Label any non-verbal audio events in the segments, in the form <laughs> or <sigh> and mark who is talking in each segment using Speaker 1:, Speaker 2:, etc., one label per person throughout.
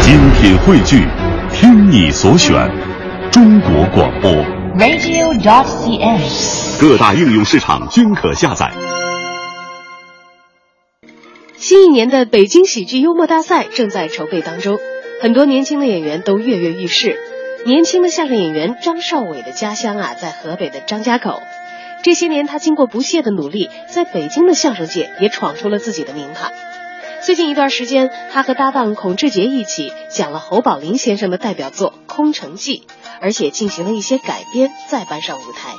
Speaker 1: 精品汇聚，听你所选，中国广播。
Speaker 2: radio.cn。
Speaker 1: 各大应用市场均可下载。
Speaker 3: 新一年的北京喜剧幽默大赛正在筹备当中，很多年轻的演员都跃跃欲试。年轻的相声演员张少伟的家乡啊，在河北的张家口。这些年，他经过不懈的努力，在北京的相声界也闯出了自己的名堂。最近一段时间，他和搭档孔志杰一起讲了侯宝林先生的代表作《空城计》，而且进行了一些改编，再搬上舞台。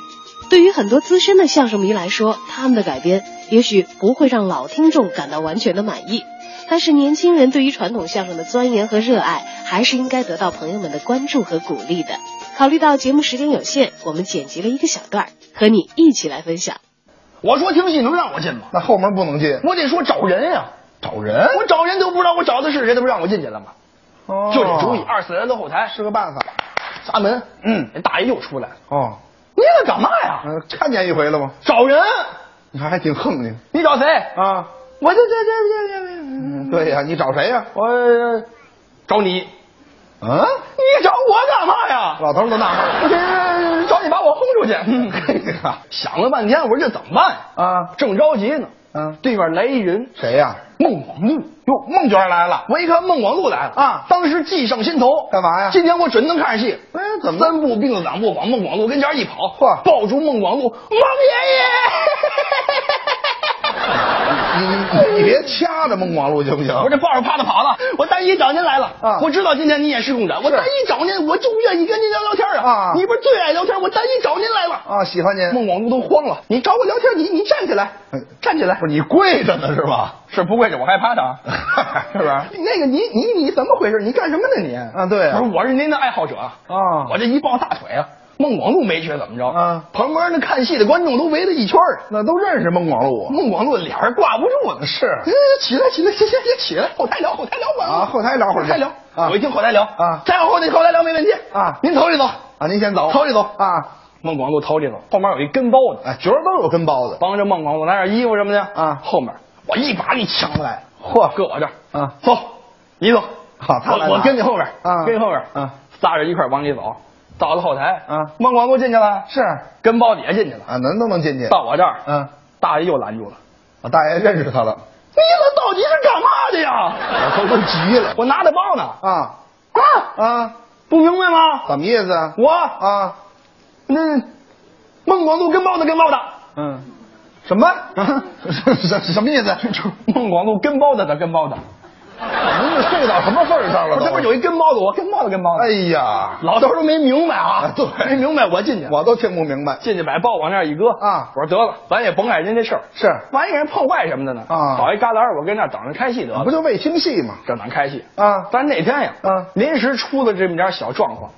Speaker 3: 对于很多资深的相声迷来说，他们的改编也许不会让老听众感到完全的满意，但是年轻人对于传统相声的钻研和热爱，还是应该得到朋友们的关注和鼓励的。考虑到节目时间有限，我们剪辑了一个小段儿，和你一起来分享。
Speaker 4: 我说听戏能让我进吗？
Speaker 5: 那后门不能进，
Speaker 4: 我得说找人呀、
Speaker 5: 找人
Speaker 4: 我找人都不知道我找的是谁，他不让我进去了吗？
Speaker 5: 哦
Speaker 4: 就这主意，二四人的后台
Speaker 5: 是个办法。
Speaker 4: 砸门，
Speaker 5: 嗯
Speaker 4: 人大爷又出来了，
Speaker 5: 哦，
Speaker 4: 你那干嘛呀？
Speaker 5: 呃看见一回了吗？
Speaker 4: 找人，
Speaker 5: 你还还挺横呢
Speaker 4: 你找谁？
Speaker 5: 啊！嗯
Speaker 4: 我这这这这这这，
Speaker 5: 对呀，你找谁呀？
Speaker 4: 我呃找你，
Speaker 5: 嗯，
Speaker 4: 你找我干嘛呀？
Speaker 5: 老头儿都纳闷
Speaker 4: 我
Speaker 5: 儿
Speaker 4: 这找你把我轰出去。 <laughs> 想了半天，我说这怎么办呀？
Speaker 5: 嗯啊
Speaker 4: 正着急呢，
Speaker 5: 嗯
Speaker 4: 对面来一人，
Speaker 5: 谁呀？
Speaker 4: 孟广禄。
Speaker 5: 哟，孟娟来了。
Speaker 4: 我一看孟广禄来了
Speaker 5: 啊
Speaker 4: 当时计上心头，
Speaker 5: 干嘛呀
Speaker 4: 今天我准能看上戏。
Speaker 5: 哎怎么
Speaker 4: 三步并作两步往孟广禄跟前一跑，
Speaker 5: 嚯
Speaker 4: 抱住孟广禄， <laughs> 孟爷
Speaker 5: 你 <laughs> 你你别掐着孟广禄行不行
Speaker 4: 爷！？我这抱着怕的跑了，我单一找您来了
Speaker 5: 啊
Speaker 4: 我知道今天您也是共展，我单一找您，我就愿意跟您聊聊天
Speaker 5: 啊
Speaker 4: 你不是最爱聊天，我单一找您来了。
Speaker 5: 啊，喜欢您。
Speaker 4: 孟广禄都慌了，你找我聊天，你你站起来
Speaker 5: 哎，
Speaker 4: 站起来，
Speaker 5: 不是你跪着呢是吧？
Speaker 4: 是不跪着，我害怕的啊
Speaker 5: <laughs> 是不是
Speaker 4: <laughs> 那个你你你怎么回事？你干什么呢你？
Speaker 5: 啊对啊
Speaker 4: 不是我是您的爱好者啊
Speaker 5: 啊
Speaker 4: 我这一抱大腿啊，孟广禄没觉得怎么着
Speaker 5: 啊
Speaker 4: 旁边那看戏的观众都围了一圈儿
Speaker 5: 那都认识孟广禄啊
Speaker 4: 孟广禄脸儿挂不住了，
Speaker 5: 是
Speaker 4: 哎起来起来，行行行，起来，后台聊，后台聊吧
Speaker 5: 啊后台聊会儿去
Speaker 4: 后台聊。
Speaker 5: 啊
Speaker 4: 我一听后台聊
Speaker 5: 啊
Speaker 4: 再往后那后台聊没问题
Speaker 5: 啊
Speaker 4: 您头里走，
Speaker 5: 啊！您先走，
Speaker 4: 头里走
Speaker 5: 啊！
Speaker 4: 孟广禄头里走，后面有一跟包的，
Speaker 5: 哎，角儿都有跟包子
Speaker 4: 帮着孟广禄拿点衣服什么的
Speaker 5: 啊
Speaker 4: 后面我一把给抢过来，
Speaker 5: 嚯
Speaker 4: 搁我这儿
Speaker 5: 啊
Speaker 4: 走，你走，
Speaker 5: 好他来
Speaker 4: 我我
Speaker 5: 拿
Speaker 4: 跟你后边
Speaker 5: 啊
Speaker 4: 跟你后边
Speaker 5: 啊，
Speaker 4: 仨人一块儿往里走，到了后台
Speaker 5: 啊
Speaker 4: 孟广禄进去了，
Speaker 5: 是
Speaker 4: 跟包姐进去了，
Speaker 5: 啊，能都能进去。
Speaker 4: 到我这儿，
Speaker 5: 嗯，
Speaker 4: 大爷又拦住了，
Speaker 5: 我大爷认识他了，
Speaker 4: 你们到底是干嘛的呀？
Speaker 5: 我都急了
Speaker 4: 我拿着包呢，
Speaker 5: 啊
Speaker 4: 啊，
Speaker 5: 啊！
Speaker 4: 不明白吗？
Speaker 5: 怎么意思啊？
Speaker 4: 我
Speaker 5: 啊，
Speaker 4: 那孟广禄跟包的跟包的。
Speaker 5: 嗯，
Speaker 4: <laughs>
Speaker 5: 什么？什什什么意思？
Speaker 4: 孟广禄跟包的的跟包的，
Speaker 5: 您这睡到什么份儿上了
Speaker 4: 不
Speaker 5: 都？
Speaker 4: 是这不是有一跟包的，我跟包的跟包的。
Speaker 5: 哎呀，
Speaker 4: 老头儿都没明白啊，
Speaker 5: 对
Speaker 4: 没明白我进去，
Speaker 5: 我都听不明白。
Speaker 4: 进去把包往那儿一搁
Speaker 5: 啊
Speaker 4: 我说得了，咱也甭碍人家事儿，
Speaker 5: 是
Speaker 4: 万一给人碰坏什么的呢？
Speaker 5: 啊
Speaker 4: 找一旮旯儿，我跟那儿等着开戏得了，
Speaker 5: 不就为听戏吗？
Speaker 4: 正咱开戏
Speaker 5: 啊
Speaker 4: 但那天呀，
Speaker 5: 啊
Speaker 4: 临时出了这么点儿小状况，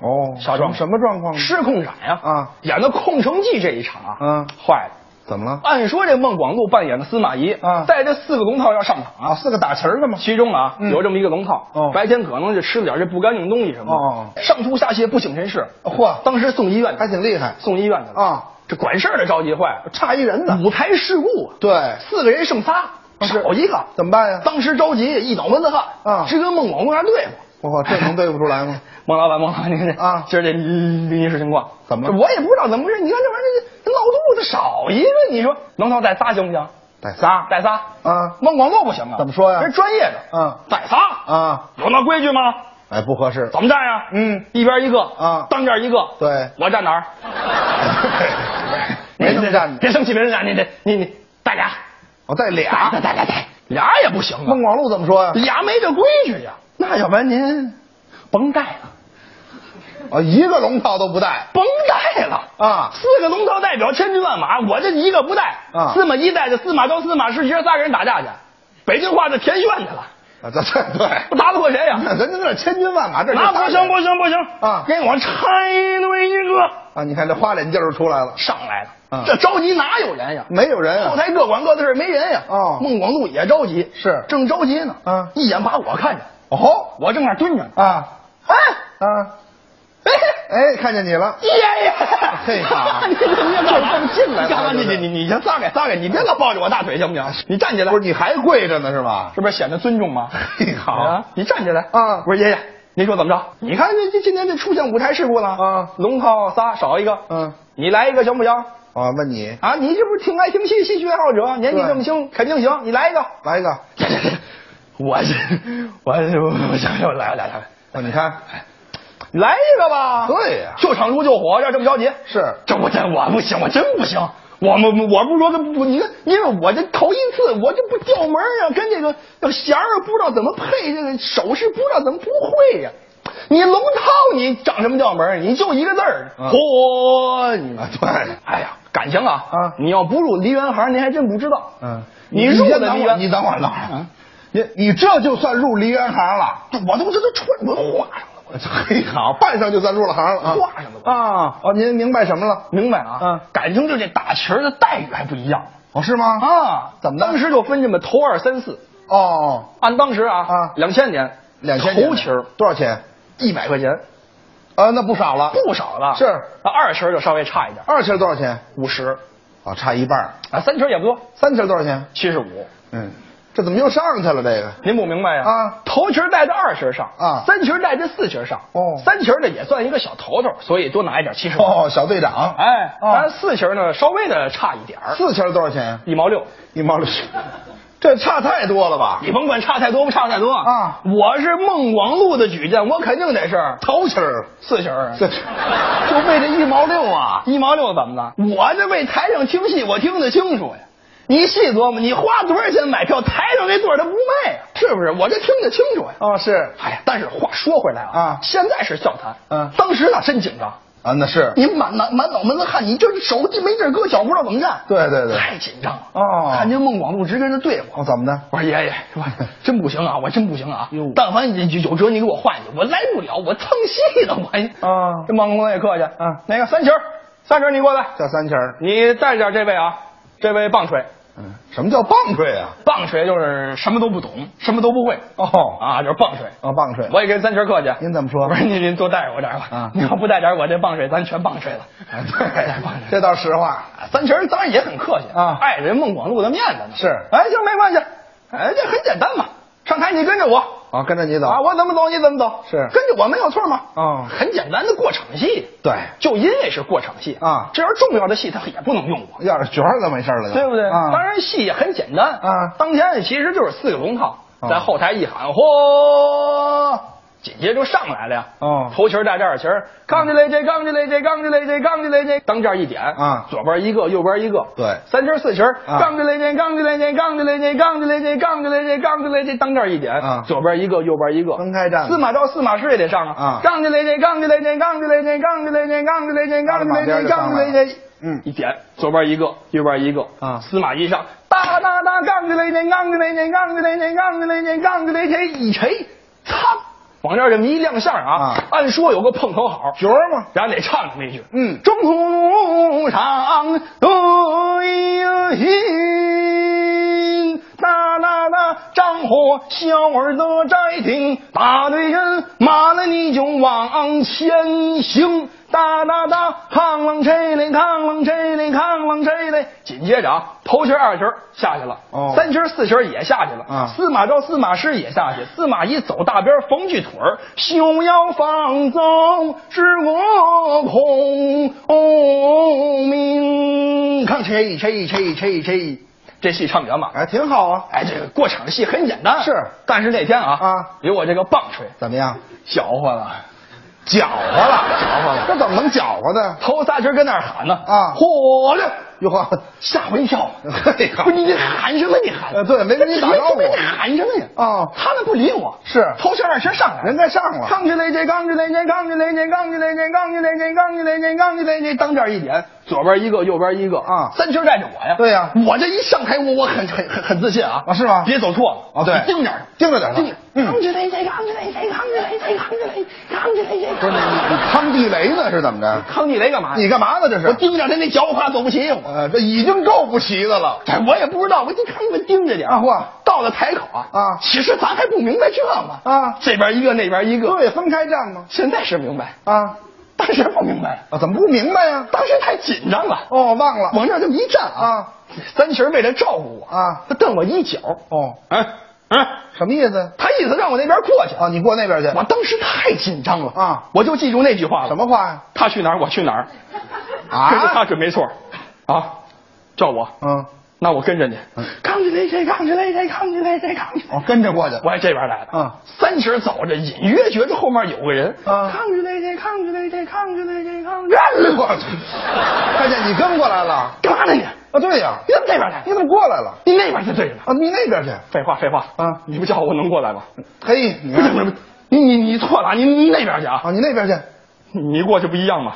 Speaker 5: 哦，
Speaker 4: 小状况
Speaker 5: 什么状况？
Speaker 4: 失控闪呀，
Speaker 5: 啊
Speaker 4: 演的《空城计》这一场啊，
Speaker 5: 嗯
Speaker 4: 坏了。
Speaker 5: 怎么了？
Speaker 4: 按说这孟广禄扮演的司马懿
Speaker 5: 啊
Speaker 4: 带着四个龙套要上场
Speaker 5: 啊，四个打旗儿的吗？
Speaker 4: 其中啊，
Speaker 5: 嗯
Speaker 4: 有这么一个龙套，
Speaker 5: 哦
Speaker 4: 白天可能就吃了点这不干净东西什么的，
Speaker 5: 哦
Speaker 4: 上吐下泻不省人事。
Speaker 5: 嚯
Speaker 4: 当时送医院去，
Speaker 5: 还挺厉害
Speaker 4: 送医院去了
Speaker 5: 啊！
Speaker 4: 这管事儿的着急坏了，
Speaker 5: 差一人呢。
Speaker 4: 舞台事故啊，
Speaker 5: 对，
Speaker 4: 四个人剩仨，
Speaker 5: 是
Speaker 4: 少一个
Speaker 5: 怎么办呀
Speaker 4: 当时着急，一脑门子汗
Speaker 5: 啊
Speaker 4: 直跟孟广禄那儿对付。
Speaker 5: 我这能对付出来吗？
Speaker 4: 孟老板，孟老板，您这
Speaker 5: 啊
Speaker 4: 今儿这临时情况
Speaker 5: 怎么了
Speaker 4: 这我也不知道怎么回事，你看这玩意儿这，这闹肚子少一个，你说龙套带仨行不行？
Speaker 5: 带仨
Speaker 4: 带仨
Speaker 5: 啊
Speaker 4: 孟广禄不行啊，
Speaker 5: 怎么说呀
Speaker 4: 人专业的，
Speaker 5: 嗯
Speaker 4: 带仨
Speaker 5: 啊，
Speaker 4: 有那规矩吗？
Speaker 5: 哎，不合适。
Speaker 4: 怎么站呀？
Speaker 5: 嗯
Speaker 4: 一边一个
Speaker 5: 啊
Speaker 4: 当间一个，
Speaker 5: 对
Speaker 4: 我站哪儿？
Speaker 5: <laughs> 没这么站的
Speaker 4: 别生气，别生气，你这你你带俩，
Speaker 5: 我带
Speaker 4: 俩，
Speaker 5: 俩。
Speaker 4: 带俩带俩也不行啊，
Speaker 5: 孟广禄怎么哎说呀？
Speaker 4: 俩没这规矩呀，
Speaker 5: 那要不然您
Speaker 4: 甭带了，
Speaker 5: 啊，一个龙套都不带
Speaker 4: 甭带了。
Speaker 5: 啊？
Speaker 4: 四个龙套代表千军万马，我这一个不带。
Speaker 5: 啊
Speaker 4: 司马懿带着司马昭、司马师爷仨给人打架去，北京话是田炫去了，
Speaker 5: 啊，对对对。
Speaker 4: 我打得过谁呀、
Speaker 5: 那人家那千军万马，这
Speaker 4: 那不行不
Speaker 5: 行
Speaker 4: 行不行
Speaker 5: 啊
Speaker 4: 给我拆对一个，
Speaker 5: 啊！你看这花脸劲儿出来了，
Speaker 4: 上来了。
Speaker 5: 啊
Speaker 4: 这着急哪有人呀？
Speaker 5: 没有人
Speaker 4: 后
Speaker 5: 啊，
Speaker 4: 台各管各的事，没人呀。
Speaker 5: 哦
Speaker 4: 孟广禄也着急，
Speaker 5: 是
Speaker 4: 正着急呢。
Speaker 5: 啊
Speaker 4: 一眼把我看见，
Speaker 5: 哦
Speaker 4: 我正那儿蹲着呢。
Speaker 5: 啊
Speaker 4: 哎
Speaker 5: 啊！
Speaker 4: 哎，
Speaker 5: 哎，看见你了，
Speaker 4: 爷爷，
Speaker 5: 嘿好
Speaker 4: <laughs> 你这你啊这哎刚进来，
Speaker 5: 你干嘛
Speaker 4: 你你
Speaker 5: 你
Speaker 4: 你
Speaker 5: 你
Speaker 4: 你先撒开撒开，你别老抱着我大腿行不行？你站起来，
Speaker 5: 不是你还跪着呢是吧？
Speaker 4: 是不是显得尊重吗？
Speaker 5: 嘿好
Speaker 4: 啊，你站起来
Speaker 5: 啊
Speaker 4: 我说爷爷，您说怎么着？你看这这今天这出现舞台事故了
Speaker 5: 啊
Speaker 4: 龙套仨少一个，
Speaker 5: 嗯，
Speaker 4: 你来一个行不行？
Speaker 5: 啊，问你
Speaker 4: 啊，你这不是挺爱听戏，戏剧爱好者，年纪
Speaker 5: 对
Speaker 4: 这么轻，肯定行，你来一个。
Speaker 5: 来一个，
Speaker 4: <laughs> 我这我我我想想来来来，哎
Speaker 5: 哦你看，
Speaker 4: 来一个吧。
Speaker 5: 对呀
Speaker 4: 救场如救火，要这么着急
Speaker 5: 是
Speaker 4: 这我这我不行，我真不行。我们我不是说跟不，你看，因为我这头一次，我这不调门啊，跟这个这个弦儿啊不知道怎么配，这个手势不知道怎么不会呀、你龙套你长什么调门儿？你就一个字儿
Speaker 5: 嗯
Speaker 4: 混、
Speaker 5: 啊对
Speaker 4: 哎呀，感情啊
Speaker 5: 啊
Speaker 4: 你要不入梨园行，您还真不知道。
Speaker 5: 嗯，
Speaker 4: 你入
Speaker 5: 先
Speaker 4: 了
Speaker 5: 等
Speaker 4: 梨
Speaker 5: 会儿
Speaker 4: 园，
Speaker 5: 你等会儿，等会儿
Speaker 4: 啊，
Speaker 5: 你你这就算入梨园行了，
Speaker 4: 我都这都穿我画上了，我
Speaker 5: 嘿好，半上就算入了行了啊，
Speaker 4: 画上了我
Speaker 5: 啊，哦，您明白什么了？
Speaker 4: 明白啊？
Speaker 5: 嗯
Speaker 4: 感情就这打旗儿的待遇还不一样
Speaker 5: 哦，是吗？，
Speaker 4: 啊。
Speaker 5: 怎么的
Speaker 4: 当时就分这么头二三四，
Speaker 5: 哦，
Speaker 4: 按当时啊
Speaker 5: 啊
Speaker 4: 两千年
Speaker 5: 两千
Speaker 4: 头旗儿
Speaker 5: 多少钱？
Speaker 4: 一百块钱，
Speaker 5: 啊，那不少了，
Speaker 4: 不少了。
Speaker 5: 是
Speaker 4: 啊二旗儿就稍微差一点，
Speaker 5: 二钱多少钱？
Speaker 4: 五十
Speaker 5: 啊，差一半儿。
Speaker 4: 啊，三旗儿也不多，
Speaker 5: 三钱多少钱？
Speaker 4: 七十五。
Speaker 5: 嗯，这怎么又上去了？这个
Speaker 4: 您不明白呀？
Speaker 5: 啊
Speaker 4: 头旗儿带着二旗儿上
Speaker 5: 啊
Speaker 4: 三旗儿带着四旗儿上
Speaker 5: 哦
Speaker 4: 三旗儿呢也算一个小头头，所以多拿一点七十五。
Speaker 5: 哦，小队长，
Speaker 4: 哎，当然
Speaker 5: 啊，
Speaker 4: 四旗儿呢稍微的差一点儿，
Speaker 5: 四钱多少钱？
Speaker 4: 一毛六。
Speaker 5: 一毛六，这差太多了吧？
Speaker 4: 你甭管差太多不差太多
Speaker 5: 啊
Speaker 4: 我是孟广路的举荐，我肯定得是
Speaker 5: 头旗儿，
Speaker 4: 四星儿，啊
Speaker 5: 这 <laughs> 就为这一毛六啊？
Speaker 4: 一毛六怎么了？我这为台上听戏，我听得清楚呀。你细琢磨，你花多少钱买票，台上那座儿他不卖呀、是不是？我这听得清楚呀。
Speaker 5: 哦，是
Speaker 4: 哎呀，但是话说回来啊
Speaker 5: 啊，
Speaker 4: 现在是笑谈，
Speaker 5: 嗯
Speaker 4: 当时那真紧张，
Speaker 5: 啊，那是
Speaker 4: 你满脑满脑门子汗，你这手没地儿搁，脚不知道怎么站，
Speaker 5: 对对对
Speaker 4: 太紧张了。
Speaker 5: 哦
Speaker 4: 看见孟广路直跟他对话，
Speaker 5: 哦，怎么的？
Speaker 4: 我说爷爷，我
Speaker 5: <laughs>
Speaker 4: 真不行啊，我真不行啊
Speaker 5: 哟！
Speaker 4: 但凡有有辙，你给我换去，我来不了，我蹭戏呢，我还
Speaker 5: 啊
Speaker 4: 这孟工也客气
Speaker 5: 啊
Speaker 4: 那个三旗儿，三旗儿你过来，
Speaker 5: 叫三旗儿，
Speaker 4: 你带着这位啊，这位棒槌，
Speaker 5: 嗯，什么叫棒槌啊？
Speaker 4: 棒槌就是什么都不懂，什么都不会
Speaker 5: 哦
Speaker 4: 啊，就是棒槌。
Speaker 5: 啊，棒槌，
Speaker 4: 我也跟三旗儿客气，
Speaker 5: 您怎么说
Speaker 4: 我？说您您多带着我点儿吧，
Speaker 5: 啊
Speaker 4: 你要不带点儿我这棒槌，咱全棒槌了。
Speaker 5: 哎
Speaker 4: 带棒槌
Speaker 5: <laughs> 对，这倒实话。
Speaker 4: 三旗儿当然也很客气
Speaker 5: 啊
Speaker 4: 碍人孟广路的面子呢。
Speaker 5: 是
Speaker 4: 哎，行，没关系，哎，这很简单嘛，上台你跟着我。
Speaker 5: 啊，跟着你走
Speaker 4: 啊，我怎么走你啊怎么走，
Speaker 5: 是
Speaker 4: 跟着我没有错嘛。
Speaker 5: 哦
Speaker 4: 很简单的过场戏，
Speaker 5: 对
Speaker 4: 就因为是过场戏
Speaker 5: 啊
Speaker 4: 这要是重要的戏他也不能用我，
Speaker 5: 要是角儿怎么没事儿了就？
Speaker 4: 对不对？
Speaker 5: 啊，
Speaker 4: 当然戏也很简单
Speaker 5: 啊
Speaker 4: 当天其实就是四个龙套
Speaker 5: 哦
Speaker 4: 在后台一喊嚯。紧接着就上来了呀！
Speaker 5: 哦
Speaker 4: 头旗儿带这二旗儿，杠起来这，杠起来这，杠起来这，杠起来这，当这儿一点
Speaker 5: 啊
Speaker 4: 左边一个，右边一个，
Speaker 5: 对
Speaker 4: 三旗儿四旗儿，
Speaker 5: 啊
Speaker 4: 杠起来这，杠起来这，杠起来这，杠起来这，杠起来这，杠起来这，当这儿一点
Speaker 5: 啊
Speaker 4: 左边一个，右边一个，
Speaker 5: 分开站
Speaker 4: 司马昭、司马氏也得上
Speaker 5: 啊
Speaker 4: 杠起来这，杠起来这，杠起来这，杠起来这，杠起来这，杠起来这，杠起来这。
Speaker 5: 嗯
Speaker 4: 一点，左边一个，右边一个
Speaker 5: 啊
Speaker 4: 司马懿上，哒哒哒，杠起来这，杠起来这，杠起来这，杠起来这，杠起来这，一锤，噌，往这儿这么一亮相啊
Speaker 5: 啊！
Speaker 4: 按说有个碰头好，
Speaker 5: 角儿嘛，
Speaker 4: 然后得唱上那句，
Speaker 5: 嗯
Speaker 4: 中途上对心，那那那张火小儿的寨亭，大队人马了你就往前行，哒哒哒，扛啷吹嘞，扛啷吹嘞，扛啷吹嘞。紧接着啊，头旗儿二旗儿下去了，
Speaker 5: 哦
Speaker 4: 三旗儿四旗儿也下去了，
Speaker 5: 啊
Speaker 4: 司马昭、司马师也下去，司马懿走大边儿缝句腿儿，休要放纵，是我孔明。
Speaker 5: 看吹吹吹吹吹，
Speaker 4: 这戏唱圆满了。
Speaker 5: 哎，挺好啊。
Speaker 4: 哎，这个过场戏很简单，
Speaker 5: 是
Speaker 4: 但是那天啊
Speaker 5: 啊
Speaker 4: 有我这个棒槌
Speaker 5: 怎么样？
Speaker 4: 搅和了，
Speaker 5: 搅和了，搅和了，这怎么能搅和呢？
Speaker 4: 头仨旗儿跟那儿喊呢
Speaker 5: 啊
Speaker 4: 火了，
Speaker 5: 哟呵，
Speaker 4: 吓 <laughs> 我一跳。
Speaker 5: 嘿好
Speaker 4: 不是你你喊什么？你喊
Speaker 5: 呃对没跟你打招呼
Speaker 4: 你喊什么呀？
Speaker 5: 哦
Speaker 4: 他们不理我，
Speaker 5: 是
Speaker 4: 头前二圈上来，
Speaker 5: 人在上了
Speaker 4: 杠起来这，杠起来这，杠起来这，杠起来这，杠起来这，杠起来这，杠起来这，当这儿一点，左边一个，右边一个
Speaker 5: 啊
Speaker 4: 三圈带着我呀。
Speaker 5: 对呀
Speaker 4: 我这一上台，我我很很很很自信啊
Speaker 5: 啊是吗
Speaker 4: 别走错了
Speaker 5: 啊对
Speaker 4: 盯着点
Speaker 5: 盯着点儿
Speaker 4: 盯着，
Speaker 5: 嗯
Speaker 4: 杠起来这，杠起来这，杠起来这，杠起来这，杠起来这。
Speaker 5: 不是你你趟地雷呢是怎么着？
Speaker 4: 坑你雷干嘛呀？
Speaker 5: 你干嘛呢？这是
Speaker 4: 我盯着他那脚，我怕走不齐。我
Speaker 5: 呃，这已经够不齐的了。
Speaker 4: 哎，我也不知道，我就看我盯着点儿
Speaker 5: 啊嚯
Speaker 4: 到了台口啊
Speaker 5: 啊
Speaker 4: 其实咱还不明白这嘛
Speaker 5: 啊
Speaker 4: 这边一个那边一个，
Speaker 5: 对，分开站吗？
Speaker 4: 现在是明白，
Speaker 5: 啊，
Speaker 4: 但是不明白，
Speaker 5: 啊，怎么不明白呀、
Speaker 4: 当时太紧张了，
Speaker 5: 哦，忘了。
Speaker 4: 往那儿这么一站
Speaker 5: 啊，
Speaker 4: 三琴儿为了照顾我
Speaker 5: 啊
Speaker 4: 他蹬我一脚，
Speaker 5: 哦，
Speaker 4: 哎哎，
Speaker 5: 什么意思？
Speaker 4: 他意思让我那边过去
Speaker 5: 啊，你过那边去。
Speaker 4: 我当时太紧张了
Speaker 5: 啊
Speaker 4: 我就记住那句话了，
Speaker 5: 什么话呀、
Speaker 4: 他去哪儿我去哪儿，
Speaker 5: 啊
Speaker 4: 这是他准没错，啊，照我，
Speaker 5: 嗯，
Speaker 4: 那我跟着你，扛起来这，扛起来这，扛起来这，扛起来。
Speaker 5: 哦，跟着过去。
Speaker 4: 我还这边来的，
Speaker 5: 嗯，
Speaker 4: 三蹄儿走着，隐约觉着后面有个人，
Speaker 5: 啊
Speaker 4: 扛起来这，扛起来这，扛起来这，扛起来这，
Speaker 5: 哎我嗯去，看见你跟过来了。
Speaker 4: 干嘛呢你？
Speaker 5: 啊，对呀、
Speaker 4: 你怎么这边来
Speaker 5: 你？怎么过来了？
Speaker 4: 你那边就对了。
Speaker 5: 啊，你那边去。
Speaker 4: 废话，废话，
Speaker 5: 啊
Speaker 4: 你不叫我能过来吗？
Speaker 5: 嘿，你
Speaker 4: 不是不是，不
Speaker 5: 看
Speaker 4: 是你你你错了，你你那边去啊，
Speaker 5: 啊，你那边去。
Speaker 4: 你你过去不一样吗？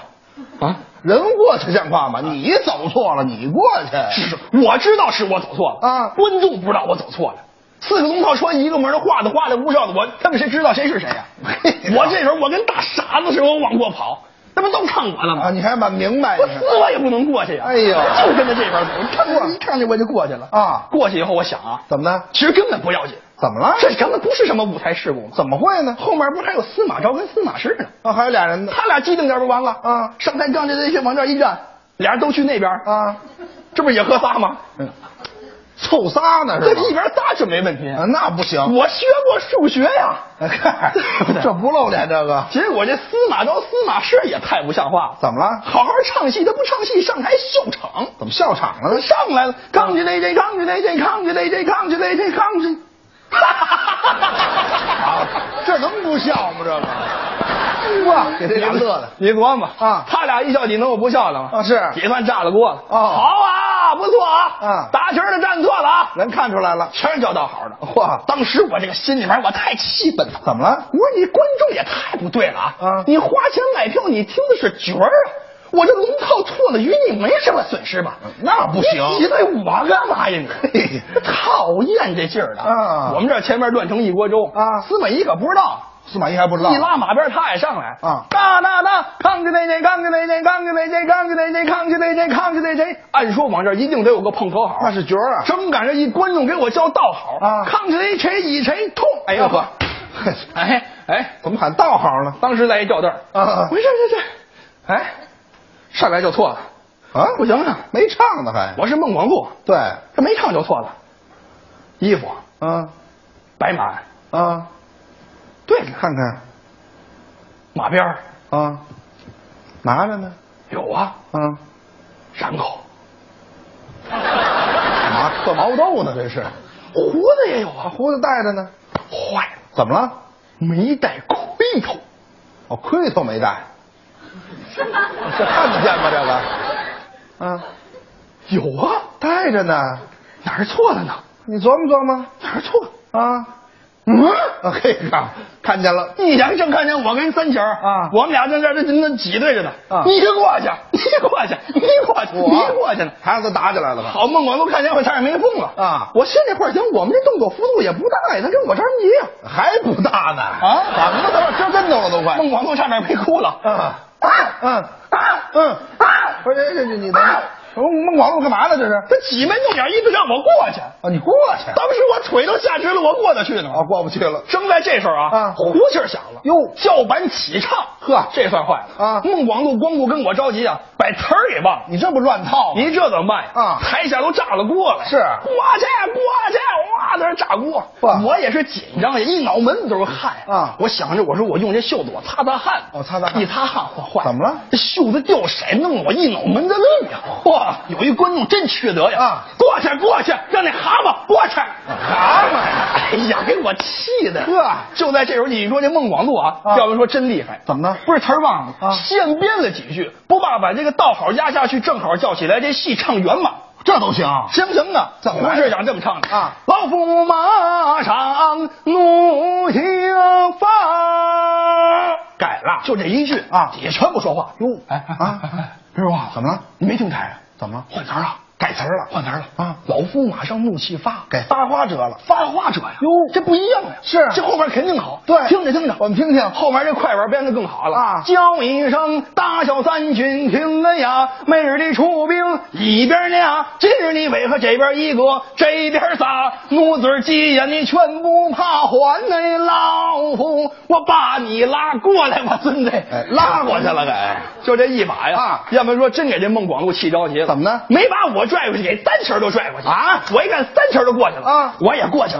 Speaker 4: 啊，
Speaker 5: 人过去像话吗？你走错了，你过去。
Speaker 4: 是是，我知道是我走错了
Speaker 5: 啊
Speaker 4: 观众不知道我走错了。四个龙套穿一个门，画的花里胡哨的，我他们谁知道谁是谁呀、
Speaker 5: 嘿
Speaker 4: 我这时候我跟大傻子似的我往过跑，那不都看我了吗？
Speaker 5: 啊，你还蛮明白。
Speaker 4: 我
Speaker 5: 你看
Speaker 4: 死我也不能过去呀、
Speaker 5: 哎呦
Speaker 4: 就跟着这边走，看我一看见我就过去了
Speaker 5: 啊
Speaker 4: 过去以后我想啊，
Speaker 5: 怎么呢？
Speaker 4: 其实根本不要紧，
Speaker 5: 怎么了？
Speaker 4: 这根本不是什么舞台事故嘛。
Speaker 5: 怎么会呢？
Speaker 4: 后面不是还有司马昭跟司马氏呢？
Speaker 5: 啊，还有俩人呢。
Speaker 4: 他俩机灵点儿不完了
Speaker 5: 啊
Speaker 4: 上台杠着这些往这儿一站，俩人都去那边儿，
Speaker 5: 啊，
Speaker 4: 这不是也喝仨吗？
Speaker 5: 嗯，凑仨呢
Speaker 4: 这
Speaker 5: 是吧？
Speaker 4: 一边仨准没问题。
Speaker 5: 啊，那不行。
Speaker 4: 我学过数学呀，<laughs>
Speaker 5: 哎 <laughs> 嗨
Speaker 4: 对不对
Speaker 5: 这不露脸，这个
Speaker 4: 结果这司马昭、司马氏也太不像话了。
Speaker 5: 怎么了？
Speaker 4: 好好唱戏，他不唱戏，上台笑场，
Speaker 5: 怎么笑场了呢？
Speaker 4: 上来了，扛起来这，扛起来这，扛起来这，扛起来这，扛 <laughs> 起。
Speaker 5: 啊，这能不笑吗？这个，哇，给这俩乐的
Speaker 4: 你琢磨
Speaker 5: 啊
Speaker 4: 他俩一笑，你能我不笑了吗？
Speaker 5: 啊是
Speaker 4: 也算炸了锅了。
Speaker 5: 哦
Speaker 4: 好啊，不错啊，
Speaker 5: 啊
Speaker 4: 打球的站错了啊，
Speaker 5: 人看出来了。
Speaker 4: 全是叫道好的。
Speaker 5: 嚯
Speaker 4: 当时我这个心里面我太气愤了，
Speaker 5: 怎么了
Speaker 4: 我说你观众也太不对了啊！
Speaker 5: 啊
Speaker 4: 你花钱买票，你听的是角儿啊。我这龙套错了鱼，你没什么损失吧？
Speaker 5: 嗯那不行
Speaker 4: 你挤兑我干嘛呀你
Speaker 5: 嘿？
Speaker 4: <laughs> 讨厌这劲儿的
Speaker 5: 啊
Speaker 4: 我们这前面乱成一锅粥
Speaker 5: 啊
Speaker 4: 司马懿可不知道，
Speaker 5: 司马懿还不知道
Speaker 4: 一拉马鞭，他也上来
Speaker 5: 啊
Speaker 4: 哒哒哒，扛起来这，扛起来这，扛起来这，扛起来这，扛起来这，扛起来这。按说往这儿一定得有个碰头好，
Speaker 5: 那是角儿啊。
Speaker 4: 正赶上一观众给我叫道好
Speaker 5: 啊
Speaker 4: 抗谁谁以谁痛。哎呦呵，哎哎，
Speaker 5: 怎么喊道行呢？
Speaker 4: 当时来一吊凳儿
Speaker 5: 啊
Speaker 4: 没事这这，哎，上来就错了，
Speaker 5: 啊，
Speaker 4: 不行啊，
Speaker 5: 没唱呢还。
Speaker 4: 我是孟广柱，
Speaker 5: 对，
Speaker 4: 这没唱就错了，衣服
Speaker 5: 啊
Speaker 4: 白满，
Speaker 5: 啊，
Speaker 4: 对
Speaker 5: 你
Speaker 4: 了，
Speaker 5: 看看
Speaker 4: 马鞭儿
Speaker 5: 啊，拿着呢
Speaker 4: 有啊，
Speaker 5: 啊，
Speaker 4: 然后
Speaker 5: 拿嗑毛豆呢这是。
Speaker 4: 胡子也有
Speaker 5: 啊，
Speaker 4: 啊，
Speaker 5: 胡子戴着呢。
Speaker 4: 坏了，
Speaker 5: 怎么了？
Speaker 4: 没带盔头，
Speaker 5: 哦，盔头没戴。这看得见吗？这个，啊，
Speaker 4: 有啊，
Speaker 5: 戴着呢。
Speaker 4: 哪儿错了呢？
Speaker 5: 你琢磨琢磨
Speaker 4: 哪儿错了？
Speaker 5: 啊。
Speaker 4: 嗯，
Speaker 5: 啊，嘿，看看见了，
Speaker 4: 一前正看见我跟三琴儿
Speaker 5: 啊
Speaker 4: 我们俩在这儿这那挤兑着呢。
Speaker 5: 啊
Speaker 4: 你先过去，你过去， <laughs> 你过去，你过去呢。
Speaker 5: 孩子打起来了吧？
Speaker 4: 好，孟广都看见我差点没蹦了
Speaker 5: 啊
Speaker 4: 我现这块儿行，我们这动作幅度也不大呀，他跟我着急呀。
Speaker 5: 还不大呢？
Speaker 4: 啊
Speaker 5: 怎么了？这跟头了都快。
Speaker 4: 孟广都差点没哭了。
Speaker 5: 啊
Speaker 4: 哎啊
Speaker 5: 嗯
Speaker 4: 啊
Speaker 5: 嗯
Speaker 4: 啊！
Speaker 5: 不是，这这这你等会儿孟孟广，我干嘛呢？这是
Speaker 4: 他挤眉弄眼，一直让我过去。
Speaker 5: 啊，你过去
Speaker 4: 当时我腿都下直了，我过得去呢吗
Speaker 5: 啊，过不去了。
Speaker 4: 正在这时候啊，
Speaker 5: 啊
Speaker 4: 胡气儿响了，
Speaker 5: 哟
Speaker 4: 叫板起唱，
Speaker 5: 呵
Speaker 4: 这算坏了
Speaker 5: 啊
Speaker 4: 孟广禄光顾跟我着急啊，把词儿给忘了。
Speaker 5: 你这不乱套吗？
Speaker 4: 您这怎么办呀？
Speaker 5: 啊
Speaker 4: 台下都炸了锅了。
Speaker 5: 是
Speaker 4: 过去，过去，哇，在那炸锅。
Speaker 5: 哇
Speaker 4: 我也是紧张呀，一脑门子都是汗呀
Speaker 5: 啊
Speaker 4: 我想着，我说我用这袖子我擦擦汗。
Speaker 5: 哦擦擦汗
Speaker 4: 一擦汗，我坏。
Speaker 5: 怎么了
Speaker 4: 这啊袖子掉色，弄得我一脑门子绿呀。哇，有一观众真缺德呀！
Speaker 5: 啊
Speaker 4: 过去，过去，让那蛤蟆过去。
Speaker 5: 蛤蟆呀
Speaker 4: 哎呀，给我气的。
Speaker 5: 呵
Speaker 4: 就在这时候，你说这孟广禄啊，
Speaker 5: 啊
Speaker 4: 要不说真厉害，
Speaker 5: 怎么呢
Speaker 4: 不是词儿忘了
Speaker 5: 啊
Speaker 4: 现编了几句，不把把这个道好压下去，正好叫起来，这戏唱圆满。
Speaker 5: 这都行？
Speaker 4: 行不行啊？
Speaker 5: 怎么来
Speaker 4: 胡市长这么唱的
Speaker 5: 啊？
Speaker 4: 老驸马上怒相发，
Speaker 5: 改了
Speaker 4: 就这一句
Speaker 5: 啊
Speaker 4: 也全不说话。
Speaker 5: 哟
Speaker 4: 哎
Speaker 5: 啊
Speaker 4: 哎，
Speaker 5: <laughs>
Speaker 4: 哎师傅
Speaker 5: 怎么了？
Speaker 4: 你没听台啊？
Speaker 5: 怎么了
Speaker 4: 换词儿啊？改词儿了，
Speaker 5: 换词儿了
Speaker 4: 啊！老夫马上怒气发，
Speaker 5: 给
Speaker 4: 发花者了，发花者呀！
Speaker 5: 哟
Speaker 4: 这不一样呀！
Speaker 5: 是
Speaker 4: 这后边肯定好。
Speaker 5: 对
Speaker 4: 听着听着，
Speaker 5: 我们听听
Speaker 4: 后面这快板编的更好了
Speaker 5: 啊
Speaker 4: 叫一声大小三军听恩呀，妹儿的出兵一边俩，这你为何这边一个，这边仨？奴子急呀，你全不怕还那老夫，我把你拉过来，我孙子、
Speaker 5: 哎
Speaker 4: 拉过去了给，就这一把呀！
Speaker 5: 啊
Speaker 4: 要不然说真给这孟广给我气着急了，
Speaker 5: 怎么呢
Speaker 4: 没把我拽过去，给三旗儿都拽过去
Speaker 5: 啊
Speaker 4: 我一看三旗儿都过去了
Speaker 5: 啊
Speaker 4: 我也过去了。